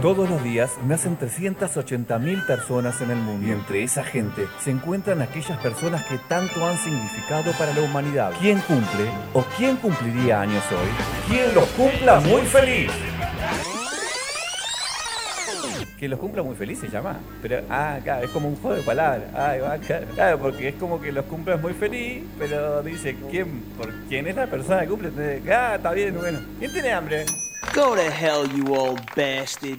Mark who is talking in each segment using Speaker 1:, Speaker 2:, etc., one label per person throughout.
Speaker 1: Todos los días nacen 380.000 personas en el mundo. Y entre esa gente se encuentran aquellas personas que tanto han significado para la humanidad. ¿Quién cumple o quién cumpliría años hoy? ¿Quién los cumpla muy feliz? Que los cumpla muy feliz se llama. Pero, ah, claro, es como un juego de palabras. Ah, va, claro, claro, porque es como que los cumplas muy feliz, pero dice, ¿quién, por quién es la persona que cumple? Entonces, Ah, está bien, bueno. ¿Quién tiene hambre?
Speaker 2: Go to hell, you old bastard.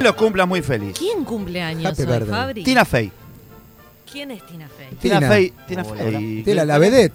Speaker 3: Los cumpla muy feliz.
Speaker 4: ¿Quién cumple años
Speaker 5: Happy
Speaker 4: hoy,
Speaker 5: birthday.
Speaker 4: Fabri?
Speaker 3: Tina Fey.
Speaker 4: ¿Quién es Tina Fey?
Speaker 3: Tina,
Speaker 5: Tina.
Speaker 3: Fey. Tina
Speaker 5: Hola.
Speaker 3: Fey.
Speaker 5: Tela, la vedette,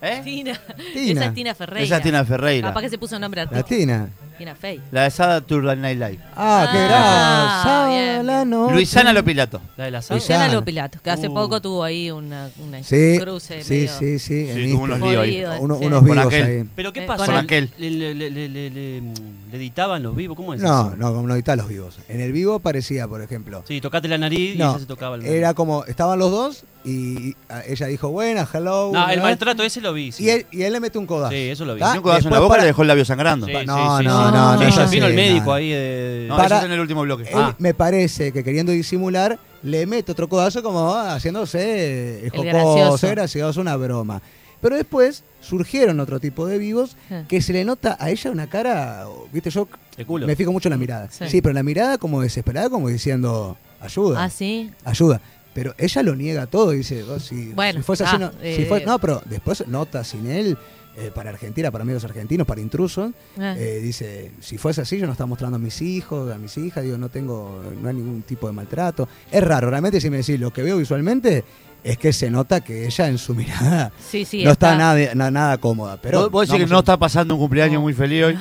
Speaker 3: ¿Eh?
Speaker 4: Tina.
Speaker 5: Tina.
Speaker 4: Esa es Tina Ferreira.
Speaker 3: Esa es Tina Ferreira.
Speaker 4: Capaz que se puso nombre
Speaker 5: la
Speaker 4: artístico.
Speaker 5: Tina.
Speaker 4: Tina Fey.
Speaker 3: La de Saturday Night Live.
Speaker 5: Ah, qué
Speaker 4: Ah,
Speaker 5: grasa.
Speaker 4: bien.
Speaker 5: la noche.
Speaker 3: Luisana Lopilato.
Speaker 6: La de la sal.
Speaker 5: Luisana.
Speaker 4: Luciana Lopilato, que hace poco tuvo ahí una, una
Speaker 5: Uh. Sí,
Speaker 4: cruce
Speaker 5: sí,
Speaker 4: medio
Speaker 5: sí, sí. en
Speaker 3: Sí, tuvo
Speaker 5: Insta.
Speaker 3: unos líos ahí.
Speaker 4: jodido, este.
Speaker 5: Uno-
Speaker 4: sí.
Speaker 5: unos
Speaker 3: Con
Speaker 5: vivos
Speaker 3: aquel.
Speaker 5: ahí.
Speaker 6: ¿Pero qué
Speaker 4: Eh,
Speaker 6: pasa?
Speaker 4: con
Speaker 6: Le-
Speaker 3: aquel.
Speaker 6: Le, le- le- le- le- le editaban los vivos, ¿cómo es
Speaker 5: No,
Speaker 6: eso?
Speaker 5: no, como no editás los vivos. En el vivo parecía, por ejemplo.
Speaker 6: Sí, tocate la nariz y
Speaker 5: No,
Speaker 6: ya se tocaba el
Speaker 5: era como, estaban los dos y ah, ella dijo, buena, hello.
Speaker 6: No, el
Speaker 5: ¿verdad?
Speaker 6: maltrato ese lo vi. sí.
Speaker 5: Y él, y él le mete un codazo.
Speaker 6: Sí, eso lo vi.
Speaker 5: ¿Está?
Speaker 3: Dio un codazo en la
Speaker 5: Después
Speaker 3: boca y
Speaker 5: para-
Speaker 3: le dejó el labio sangrando.
Speaker 6: Sí,
Speaker 3: Pa-
Speaker 6: sí,
Speaker 5: no,
Speaker 6: sí,
Speaker 5: no,
Speaker 6: sí.
Speaker 5: no,
Speaker 6: Sí,
Speaker 4: no,
Speaker 6: ya
Speaker 4: sí,
Speaker 6: vino el
Speaker 5: no.
Speaker 6: médico ahí de...
Speaker 3: No,
Speaker 5: Para-
Speaker 3: eso es en el último bloque.
Speaker 5: Él,
Speaker 6: Ah.
Speaker 5: me parece que queriendo disimular, le mete otro codazo como ah, haciéndose el
Speaker 4: gracioso.
Speaker 5: jocoso, el gracioso, una broma. Pero después surgieron otro tipo de vivos
Speaker 4: Ah.
Speaker 5: que se le nota a ella una cara, o, viste, yo
Speaker 6: De culo.
Speaker 5: me fijo mucho en la mirada.
Speaker 4: Sí.
Speaker 5: Sí. pero la mirada como desesperada, como diciendo, ayuda,
Speaker 4: Ah, sí.
Speaker 5: ayuda. Pero ella lo niega todo, dice, vos, si,
Speaker 4: Bueno,
Speaker 5: si fuese así,
Speaker 4: ah,
Speaker 5: no,
Speaker 4: eh,
Speaker 5: si fue- no, pero después nota sin él, eh, para Argentina, para amigos argentinos, para intrusos,
Speaker 4: Ah.
Speaker 5: eh, dice, si fuese así, yo no estaba mostrando a mis hijos, a mis hijas, digo, no tengo, no hay ningún tipo de maltrato. Es raro, realmente si me decís, lo que veo visualmente es que se nota que ella en su mirada
Speaker 4: Sí, sí.
Speaker 5: no está, nada, na- nada cómoda. Pero
Speaker 3: ¿Vos, vos decís que
Speaker 5: vamos
Speaker 3: no
Speaker 5: a-
Speaker 3: está pasando un cumpleaños muy feliz hoy?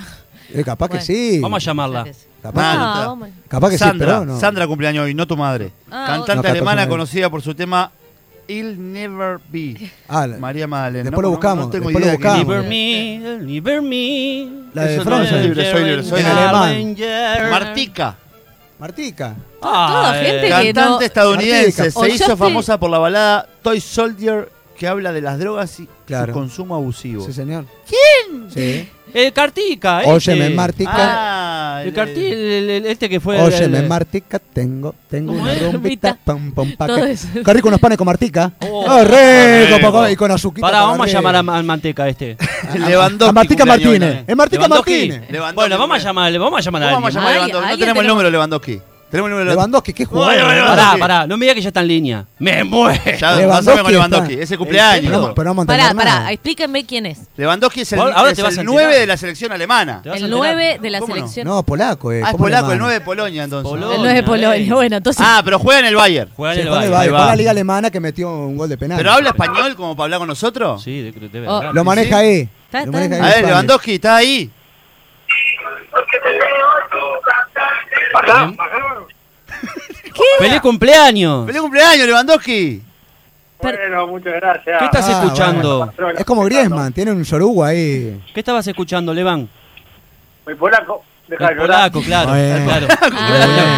Speaker 5: eh, capaz
Speaker 4: Bueno.
Speaker 5: que sí.
Speaker 6: Vamos a llamarla.
Speaker 5: Capaz,
Speaker 3: Ah, no
Speaker 4: No,
Speaker 3: está.
Speaker 4: vamos.
Speaker 5: capaz que sí,
Speaker 3: Sandra,
Speaker 5: pero no.
Speaker 3: Sandra cumpleaños hoy, no tu madre.
Speaker 4: Ah,
Speaker 3: Cantante
Speaker 5: No, 14
Speaker 3: alemana
Speaker 5: años.
Speaker 3: conocida por su tema I'll Never Be.
Speaker 5: Ah, la-
Speaker 3: María Magdalena.
Speaker 5: Después
Speaker 3: No,
Speaker 5: lo
Speaker 3: no,
Speaker 5: buscamos,
Speaker 3: No, tengo
Speaker 5: después lo
Speaker 3: idea de quién es.
Speaker 6: Never
Speaker 5: buscamos.
Speaker 6: me, never me.
Speaker 5: La de
Speaker 3: Eso no
Speaker 5: Francia.
Speaker 3: es libre, soy libre, soy
Speaker 5: En
Speaker 3: libre.
Speaker 5: alemán.
Speaker 3: Martica,
Speaker 5: Martica.
Speaker 6: Ah,
Speaker 4: Toda
Speaker 6: eh,
Speaker 4: gente que no-
Speaker 3: cantante estadounidense,
Speaker 5: Martica.
Speaker 3: se hizo
Speaker 4: Oyaste-
Speaker 3: famosa por la balada Toy Soldier que habla de las drogas y
Speaker 5: Claro.
Speaker 3: su consumo abusivo.
Speaker 5: Sí, señor. ¿Quién? Sí.
Speaker 6: Eh, Cartica, este.
Speaker 5: Óyeme, Martica.
Speaker 3: Ah,
Speaker 6: El cartil, el- el- este que fue. el-
Speaker 5: Óyeme,
Speaker 6: el-
Speaker 5: Martica, tengo, tengo
Speaker 4: ¿Cómo
Speaker 5: una
Speaker 4: es?
Speaker 5: rumbita,
Speaker 4: Rumbita.
Speaker 5: pam, pam, pa,
Speaker 4: Todo
Speaker 5: que-
Speaker 4: eso.
Speaker 5: Qué rico unos panes con Martica.
Speaker 6: Oh.
Speaker 5: Ah, rico,
Speaker 3: Rico.
Speaker 5: papá, y con azuquita.
Speaker 6: Pará,
Speaker 5: para
Speaker 6: vamos a
Speaker 5: arriba.
Speaker 6: llamar a, al Manteca este.
Speaker 3: Lewandowski
Speaker 5: A Ah, Martica
Speaker 3: cumpleaños hoy
Speaker 5: Martínez.
Speaker 3: también.
Speaker 5: Es Martica
Speaker 6: Lewandowski.
Speaker 5: Martínez.
Speaker 3: Lewandowski.
Speaker 6: Bueno, vamos a llamarle, vamos a llamar a
Speaker 3: ¿Cómo
Speaker 6: alguien.
Speaker 3: vamos a llamar a
Speaker 4: Ay,
Speaker 3: Lewandowski? No
Speaker 4: alguien
Speaker 3: tenemos el
Speaker 4: tenemos-
Speaker 3: número de Lewandowski. Tenemos el número de Lewandowski.
Speaker 5: Lewandowski, qué jugador.
Speaker 3: Bueno, bueno,
Speaker 5: ¿eh?
Speaker 3: bueno.
Speaker 6: Pará, pará, no me digas que ya está en línea. Me muero.
Speaker 3: Ya
Speaker 5: Lewandowski
Speaker 3: pasame con
Speaker 5: está.
Speaker 3: Lewandowski. Es el
Speaker 5: Pero
Speaker 3: cumpleaños.
Speaker 5: no- pero no vamos a
Speaker 4: Pará,
Speaker 5: entender nada.
Speaker 4: pará, explíquenme quién es.
Speaker 3: Lewandowski es el,
Speaker 6: Ahora- ahora
Speaker 3: es
Speaker 6: te vas
Speaker 3: el
Speaker 6: a enterar.
Speaker 3: 9 de la selección alemana.
Speaker 6: Te vas a
Speaker 4: El
Speaker 6: enterar.
Speaker 4: 9 de la
Speaker 3: ¿Cómo no?
Speaker 4: selección.
Speaker 5: No, polaco, eh.
Speaker 3: Ah, es
Speaker 5: ¿cómo
Speaker 3: polaco, el
Speaker 5: alemán?
Speaker 3: 9 de Polonia entonces.
Speaker 6: Polonia.
Speaker 4: El 9 de Polonia. Bueno, entonces.
Speaker 3: Ah, pero juega en el Bayern.
Speaker 6: Juega en
Speaker 5: Sí,
Speaker 6: el
Speaker 5: fue en el
Speaker 6: Bayern.
Speaker 3: Bayern.
Speaker 5: Bayern, fue a
Speaker 3: va.
Speaker 5: la liga alemana que metió un gol de penal.
Speaker 3: ¿Pero habla español como para hablar con nosotros?
Speaker 6: Sí, de, de, de
Speaker 4: Oh.
Speaker 6: verdad.
Speaker 5: Lo maneja
Speaker 3: Sí.
Speaker 5: ahí.
Speaker 4: Está-
Speaker 5: Lo
Speaker 4: está-
Speaker 5: maneja
Speaker 3: A
Speaker 5: ahí en
Speaker 3: ver,
Speaker 5: España.
Speaker 3: Lewandowski, ¿está ahí?
Speaker 7: Pasá,
Speaker 6: ¡Feliz cumpleaños!
Speaker 3: ¡Feliz cumpleaños, Lewandowski!
Speaker 7: Bueno, muchas gracias.
Speaker 6: ¿Qué estás
Speaker 5: Ah,
Speaker 6: escuchando?
Speaker 7: bueno.
Speaker 5: Es como Griezmann, tiene un yoruba ahí.
Speaker 6: ¿Qué estabas escuchando, Levan?
Speaker 7: Muy polaco. Deja de
Speaker 6: El
Speaker 7: llorar.
Speaker 6: polaco, claro,
Speaker 5: Bueno.
Speaker 6: claro.
Speaker 4: Ah.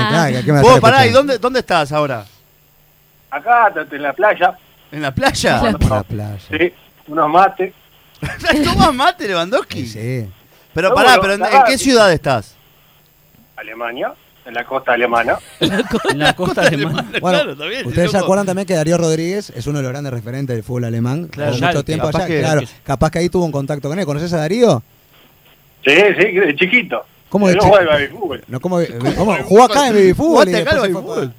Speaker 5: Claro, ¿qué me vas a
Speaker 3: Vos,
Speaker 5: hacer
Speaker 3: pará, ¿y
Speaker 5: escuchar?
Speaker 3: dónde, dónde estás ahora?
Speaker 7: Acá, t- en la playa.
Speaker 3: ¿En la playa?
Speaker 5: Por la playa.
Speaker 7: Sí, unos mates.
Speaker 3: ¿Tomas mate,
Speaker 5: Sí,
Speaker 3: Lewandowski?
Speaker 5: sí.
Speaker 3: Pero
Speaker 7: No,
Speaker 3: pará,
Speaker 7: bueno,
Speaker 3: ¿pero en,
Speaker 7: pará.
Speaker 3: en qué ciudad estás?
Speaker 7: Alemania, en la costa alemana.
Speaker 6: En la costa alemana.
Speaker 5: Bueno,
Speaker 3: Claro, está bien,
Speaker 5: ustedes se
Speaker 3: loco.
Speaker 5: acuerdan también que Darío Rodríguez es uno de los grandes referentes del fútbol alemán.
Speaker 6: Claro,
Speaker 5: por
Speaker 6: ya,
Speaker 5: mucho tiempo
Speaker 3: capaz
Speaker 5: allá.
Speaker 3: que-
Speaker 5: claro,
Speaker 6: que-
Speaker 5: capaz que ahí tuvo un contacto con él. ¿Conoces a Darío?
Speaker 7: Sí, sí, de chiquito.
Speaker 5: ¿Cómo de
Speaker 7: no
Speaker 5: chico?
Speaker 7: juega al fútbol.
Speaker 5: No, ¿cómo, cómo? Jugó acá en Baby Fútbol. y
Speaker 3: Jugaste acá
Speaker 5: después
Speaker 3: al Baby
Speaker 5: se fue
Speaker 3: Fútbol.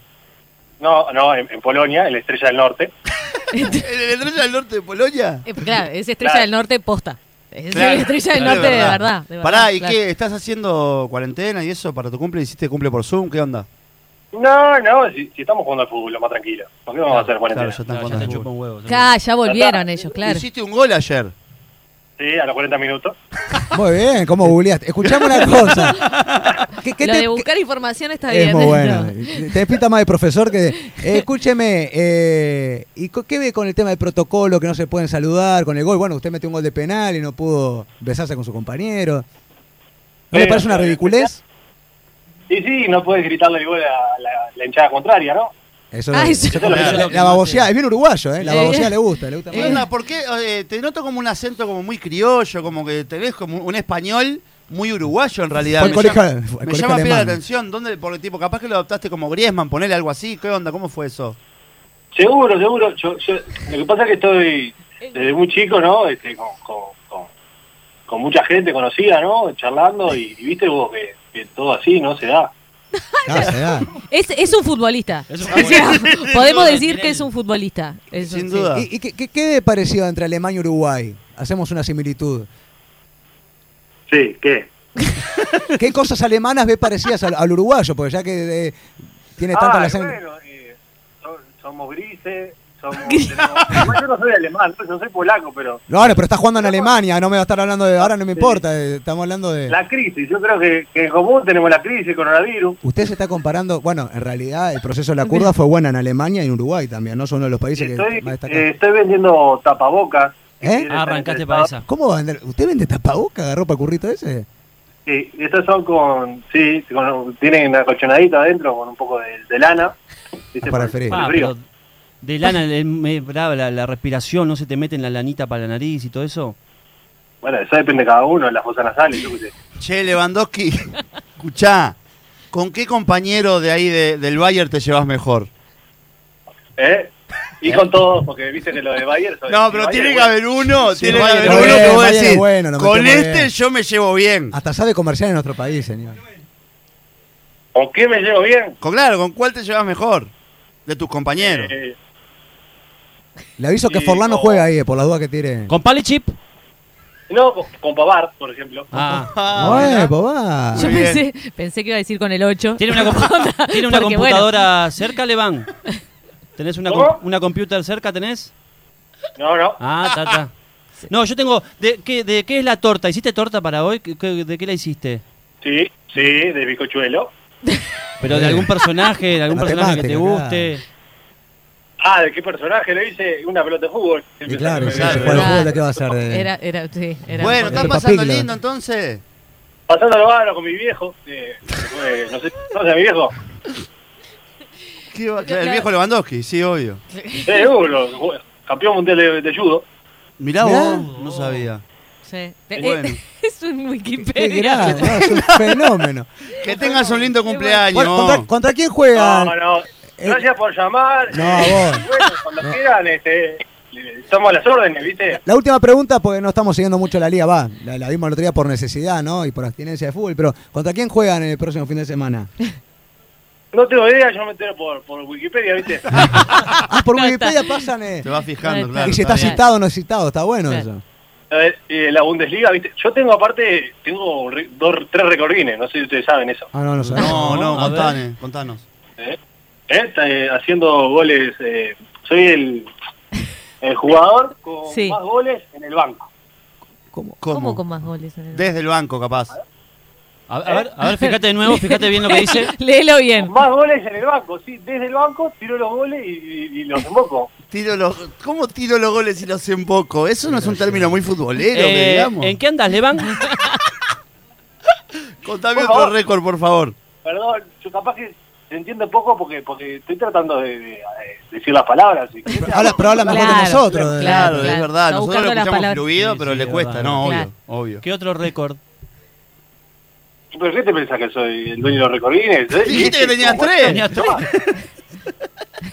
Speaker 7: No, no, en, en Polonia, en la Estrella del Norte.
Speaker 3: ¿En el Estrella del Norte de Polonia?
Speaker 4: Eh, claro, es Estrella
Speaker 7: Claro.
Speaker 4: del Norte posta. Es
Speaker 3: Claro,
Speaker 4: Estrella del
Speaker 3: claro,
Speaker 4: Norte de verdad. de verdad,
Speaker 3: Pará, ¿y
Speaker 4: claro.
Speaker 3: qué? ¿Estás haciendo cuarentena y eso para tu cumple? ¿Hiciste cumple por Zoom? ¿Qué onda?
Speaker 7: No, no, si, si estamos jugando al fútbol, lo más tranquilo. ¿Por qué vamos a hacer
Speaker 3: Claro,
Speaker 7: cuarentena?
Speaker 3: ya están
Speaker 6: No, ya
Speaker 3: jugando
Speaker 6: te
Speaker 3: al
Speaker 6: chupa
Speaker 3: fútbol.
Speaker 6: un huevo.
Speaker 4: Ca, ya volvieron ellos, claro.
Speaker 3: Hiciste un gol ayer.
Speaker 7: Sí, a los 40 minutos.
Speaker 5: pa- Muy bien, ¿cómo googleaste? Escuchame una cosa. ¿Qué, qué
Speaker 4: Lo
Speaker 5: te-
Speaker 4: de buscar información está
Speaker 5: Es
Speaker 4: bien.
Speaker 5: muy
Speaker 4: ¿no?
Speaker 5: bueno. Te despita más de profesor que. Eh, escúcheme, eh, ¿y co- qué ve con el tema del protocolo que no se pueden saludar con el gol? Bueno, usted metió un gol de penal y no pudo besarse con su compañero. ¿No le
Speaker 7: Eh,
Speaker 5: parece una ridiculez?
Speaker 7: Y sí, no puedes gritarle el gol a la, la hinchada contraria, ¿no?
Speaker 5: Eso,
Speaker 4: Ah, eso-
Speaker 5: eso- la,
Speaker 6: Eso es lo que
Speaker 5: la
Speaker 6: más
Speaker 5: baboseada,
Speaker 6: te-
Speaker 5: es bien uruguayo, ¿eh? La
Speaker 4: Eh.
Speaker 5: baboseada le gusta, le gusta
Speaker 3: ¿Qué onda?
Speaker 5: más.
Speaker 3: ¿Por qué? Eh, te noto como un acento como muy criollo, como que te ves como un español muy uruguayo en realidad.
Speaker 5: Fue
Speaker 3: me
Speaker 5: colegio-
Speaker 3: llama,
Speaker 5: fue
Speaker 3: me
Speaker 5: colegio
Speaker 3: llama pila la
Speaker 5: alemán.
Speaker 3: atención. ¿Dónde, porque tipo, capaz que lo adaptaste como Griezmann, ponele algo así. ¿Qué onda? ¿Cómo fue eso?
Speaker 7: Seguro, seguro. Yo, yo- lo que pasa es que estoy desde muy chico, ¿no? Este, con, con, con, con mucha gente conocida, ¿no? Charlando y, y viste vos que, que todo así, ¿no? Se da.
Speaker 5: Ah, se da.
Speaker 4: Es, es un futbolista.
Speaker 6: Es un
Speaker 4: O sea,
Speaker 6: futbolista.
Speaker 4: podemos
Speaker 6: Sin duda,
Speaker 4: decir
Speaker 6: tiene
Speaker 4: que
Speaker 6: el-
Speaker 4: es un futbolista. Es un-
Speaker 3: Sin
Speaker 4: sí.
Speaker 3: duda.
Speaker 5: ¿Y, y qué, qué- qué de parecido entre Alemania y Uruguay? Hacemos una similitud.
Speaker 7: Sí, ¿qué?
Speaker 5: ¿Qué cosas alemanas ves parecidas al, al uruguayo? Porque ya que eh, tiene tanta la
Speaker 7: Ay,
Speaker 5: sangre.
Speaker 7: Ah, bueno, eh, so- somos grises, somos... tenemos- Igual yo no soy alemán, no Yo soy polaco, pero...
Speaker 5: No, no, pero está jugando en Alemania, no me va a estar hablando de. Ahora no me importa, eh, estamos hablando de.
Speaker 7: La crisis, yo creo que, que en común tenemos la crisis, el coronavirus.
Speaker 5: Usted se está comparando, bueno, en realidad el proceso de la curva fue buena en Alemania y en Uruguay también, ¿no? Es uno de los países
Speaker 7: Estoy,
Speaker 5: que más destaca.
Speaker 7: eh, estoy vendiendo tapabocas.
Speaker 5: ¿Eh?
Speaker 7: Si quieren,
Speaker 6: Ah, arrancaste
Speaker 7: están
Speaker 6: para
Speaker 7: interesados.
Speaker 6: esa.
Speaker 5: ¿Cómo va a vender? ¿Usted vende tapaboca, agarró para currito ese?
Speaker 7: Sí, y estas son con, sí, con- tienen una colchonadita adentro con un poco de, de lana. ¿viste?
Speaker 5: Ah, para el
Speaker 7: Por-
Speaker 5: frío.
Speaker 7: por
Speaker 6: Ah,
Speaker 7: frío.
Speaker 6: pero de lana, el- me- brava, la, la respiración, no se te mete en la lanita para la nariz y todo eso.
Speaker 7: Bueno, eso depende de cada uno, las cosas nasales, yo qué sé.
Speaker 3: Che, Lewandowski, escuchá. ¿Con qué compañero de ahí de- del Bayern te llevas mejor?
Speaker 7: ¿Eh? Y con todos, porque viste que lo de Bayer... soy-
Speaker 3: No, pero
Speaker 7: Bayer,
Speaker 3: tiene que
Speaker 7: bueno.
Speaker 3: haber uno, tiene que
Speaker 5: Bayern
Speaker 3: haber
Speaker 5: es
Speaker 3: uno que
Speaker 5: bueno,
Speaker 3: vos
Speaker 5: Bayern es
Speaker 3: decís,
Speaker 5: bueno, nos
Speaker 3: con
Speaker 5: metemos
Speaker 3: este
Speaker 5: bien".
Speaker 3: yo me llevo bien.
Speaker 5: Hasta sabe comerciar en nuestro país, señor.
Speaker 7: ¿Con qué me llevo bien?
Speaker 3: Con, claro, ¿con cuál te llevas mejor? De tus compañeros.
Speaker 7: Eh,
Speaker 5: Le aviso que
Speaker 7: Sí,
Speaker 5: Forlán no
Speaker 7: no.
Speaker 5: juega ahí, eh, por las dudas que tire.
Speaker 6: ¿Con palichip?
Speaker 7: no, con, con Pavard, por ejemplo.
Speaker 6: Ah.
Speaker 3: Ah,
Speaker 5: Bueno,
Speaker 3: mirá.
Speaker 5: pues va.
Speaker 4: Yo
Speaker 3: Muy bien.
Speaker 4: pensé, pensé que iba a decir con el 8.
Speaker 6: ¿Tiene una, compu- ¿tiene una
Speaker 4: Porque,
Speaker 6: computadora cerca, Leván? ¿Tenés una,
Speaker 7: ¿Cómo?
Speaker 6: com- una computer cerca, tenés?
Speaker 7: No, no.
Speaker 6: Ah, ta, ta. No, yo tengo... ¿de qué, ¿De qué es la torta? ¿Hiciste torta para hoy? ¿Qué- qué- ¿De qué la hiciste?
Speaker 7: Sí, sí, de bizcochuelo.
Speaker 6: ¿Pero de algún personaje? ¿De algún
Speaker 5: Eh. La
Speaker 6: personaje que te
Speaker 5: temática,
Speaker 6: guste?
Speaker 7: Ah, ¿de qué personaje lo hice? Una pelota de fútbol.
Speaker 5: Y claro, sí,
Speaker 3: Claro,
Speaker 5: se fue al
Speaker 3: claro.
Speaker 5: fútbol, ¿qué va a hacer? de-
Speaker 4: Era, era, sí, era
Speaker 3: Bueno,
Speaker 4: un
Speaker 3: está
Speaker 4: poco-
Speaker 5: Papá
Speaker 3: pasando
Speaker 5: Piglo.
Speaker 3: lindo entonces.
Speaker 7: Pasando los con mi viejo. eh, eh, no sé, ¿no sé a mi viejo?
Speaker 3: ¿Qué va-
Speaker 4: Claro.
Speaker 3: El viejo Lewandowski, sí, obvio.
Speaker 7: Eh, Hugo, campeón mundial de, de judo.
Speaker 3: Mirá,
Speaker 5: Mirá.
Speaker 3: vos, no sabía.
Speaker 4: sí. Eh,
Speaker 3: Bueno.
Speaker 4: Es un
Speaker 5: Qué
Speaker 4: Wikipedia.
Speaker 5: grande, no, es un fenómeno.
Speaker 3: Que tengas un lindo
Speaker 5: Bueno, ¿contra,
Speaker 3: cumpleaños.
Speaker 5: contra quién juega?
Speaker 7: No, no. Gracias por llamar.
Speaker 5: No,
Speaker 7: Eh,
Speaker 5: vos.
Speaker 7: Bueno, cuando quieran, este, le- estamos a las órdenes, ¿viste?
Speaker 5: La última pregunta, porque no estamos siguiendo mucho la liga, va. La, la vimos el otro día por necesidad, ¿no? Y por abstinencia de fútbol, pero ¿contra quién juegan el próximo fin de semana?
Speaker 7: No tengo idea, yo me entero por, por Wikipedia, ¿viste?
Speaker 5: Ah, por
Speaker 4: No, está.
Speaker 5: Wikipedia pasan. eh,
Speaker 3: Te vas
Speaker 4: Ahí
Speaker 3: fijando,
Speaker 4: está.
Speaker 3: claro.
Speaker 5: y si está
Speaker 3: bien.
Speaker 5: citado o no citado, está bueno
Speaker 4: Claro.
Speaker 5: eso.
Speaker 7: A ver, eh, la Bundesliga, ¿viste? Yo tengo aparte, tengo un re- dos, tres recordines, no sé si ustedes saben eso.
Speaker 5: Ah, no, no sabemos.
Speaker 3: No, no,
Speaker 6: No, a ver.
Speaker 3: contane, contanos.
Speaker 7: ¿Eh? Está, eh, haciendo goles, eh, soy el, el jugador con
Speaker 4: Sí.
Speaker 7: más goles en el banco.
Speaker 5: ¿Cómo?
Speaker 4: ¿Cómo
Speaker 3: ¿Cómo?
Speaker 4: con más goles? en el-
Speaker 3: Desde el banco, capaz.
Speaker 6: A, a ver, a ver, fíjate de nuevo, fíjate bien lo que dice.
Speaker 4: Léelo bien.
Speaker 7: Con más goles en el banco, sí, desde el banco tiro los goles y, y- y los emboco.
Speaker 3: Tiro los, ¿Cómo tiro los goles y los emboco? Eso no es un término muy futbolero, que
Speaker 6: Eh,
Speaker 3: digamos.
Speaker 6: ¿En qué andas, Leván?
Speaker 3: Contame
Speaker 7: Por
Speaker 3: otro
Speaker 7: favor.
Speaker 3: récord, por favor.
Speaker 7: Perdón, yo capaz que se entiende poco porque porque estoy tratando de, de- de decir las palabras. y-
Speaker 5: Habla- pero habla mejor que
Speaker 4: Claro,
Speaker 5: nosotros.
Speaker 3: Claro,
Speaker 5: eh.
Speaker 4: Claro,
Speaker 3: es
Speaker 4: claro.
Speaker 3: verdad.
Speaker 4: Está
Speaker 3: Nosotros lo
Speaker 4: buscando las
Speaker 3: escuchamos
Speaker 4: palabras.
Speaker 3: fluido,
Speaker 6: Sí,
Speaker 3: pero
Speaker 6: sí,
Speaker 3: le
Speaker 6: es
Speaker 3: cuesta,
Speaker 6: verdad.
Speaker 3: no,
Speaker 4: Claro.
Speaker 3: obvio. obvio.
Speaker 6: ¿Qué otro récord?
Speaker 7: ¿Pero qué te pensás que soy el dueño de los recordines? ¿Eh?
Speaker 3: Dijiste que tenías tres.
Speaker 6: Tenías tres.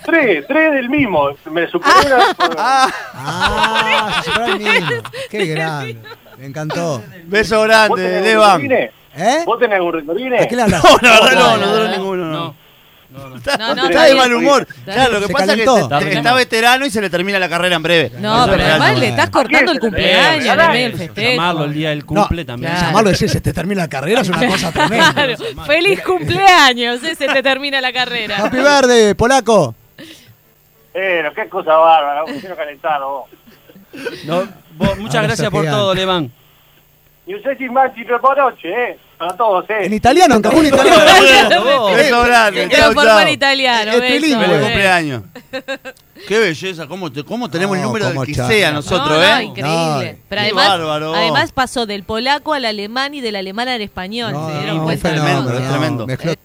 Speaker 7: Tres, tres del mismo. Me superó una-
Speaker 3: Ah,
Speaker 5: Ah, se superó el mismo. Qué grande. Me encantó.
Speaker 3: beso
Speaker 7: ¿Vos
Speaker 3: grande,
Speaker 7: tenés
Speaker 3: ah, Levan.
Speaker 7: algún recordine?
Speaker 5: ¿Eh?
Speaker 7: ¿Vos tenés algún recordine?
Speaker 5: ¿A qué le hablas?
Speaker 3: No, la verdad no, no
Speaker 4: No, no,
Speaker 3: duró
Speaker 4: no.
Speaker 3: ninguno. No.
Speaker 6: No.
Speaker 3: Está,
Speaker 4: No, no,
Speaker 3: está
Speaker 4: está
Speaker 3: de
Speaker 4: bien.
Speaker 3: mal humor.
Speaker 4: Está
Speaker 3: Claro, lo que
Speaker 5: bien. Se
Speaker 3: pasa es que
Speaker 5: calentó.
Speaker 3: te- te-
Speaker 6: Está
Speaker 3: está
Speaker 6: bien.
Speaker 3: veterano y se le termina la carrera en breve.
Speaker 4: No,
Speaker 3: Eso
Speaker 4: pero
Speaker 3: es real,
Speaker 4: además
Speaker 3: ¿no?
Speaker 4: le estás cortando el cumpleaños, en medio del festejo.
Speaker 6: Llamarlo el día del cumple
Speaker 5: No,
Speaker 6: también.
Speaker 4: claro.
Speaker 5: Llamarlo y decir, se te termina la carrera, es una cosa tremenda.
Speaker 4: Ah. Claro. Feliz cumpleaños, eh, se te termina la carrera.
Speaker 5: Happy verde, polaco.
Speaker 7: Pero qué cosa bárbara, me hicieron calentar vos.
Speaker 6: No, vos- muchas
Speaker 5: Abrazo
Speaker 6: gracias por
Speaker 5: Ah, gigante.
Speaker 6: todo, Leván.
Speaker 7: Y usted sin más y noche, ¿eh? Para todos, ¿eh?
Speaker 5: En italiano, en cajún italiano.
Speaker 6: vos.
Speaker 3: Beso grande.
Speaker 4: eh, Pero
Speaker 3: Chau,
Speaker 4: por
Speaker 3: chau.
Speaker 4: pan italiano,
Speaker 5: Es
Speaker 4: beso,
Speaker 5: trilingüe.
Speaker 3: Este Feliz
Speaker 4: beso.
Speaker 3: cumpleaños. Qué belleza, cómo, te- cómo tenemos el
Speaker 5: No,
Speaker 3: número
Speaker 5: cómo
Speaker 3: del que
Speaker 5: chao.
Speaker 3: sea
Speaker 5: No,
Speaker 3: nosotros,
Speaker 4: no, no,
Speaker 3: ¿eh?
Speaker 4: increíble.
Speaker 5: No,
Speaker 4: Pero
Speaker 3: qué
Speaker 4: además,
Speaker 3: bárbaro.
Speaker 4: además pasó del polaco al alemán y del alemán al español. ¿se dieron
Speaker 5: un
Speaker 4: cuenta?
Speaker 5: fenómeno,
Speaker 3: Tremendo,
Speaker 5: no,
Speaker 3: tremendo.
Speaker 5: mezcló-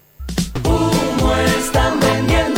Speaker 2: Humo están vendiendo.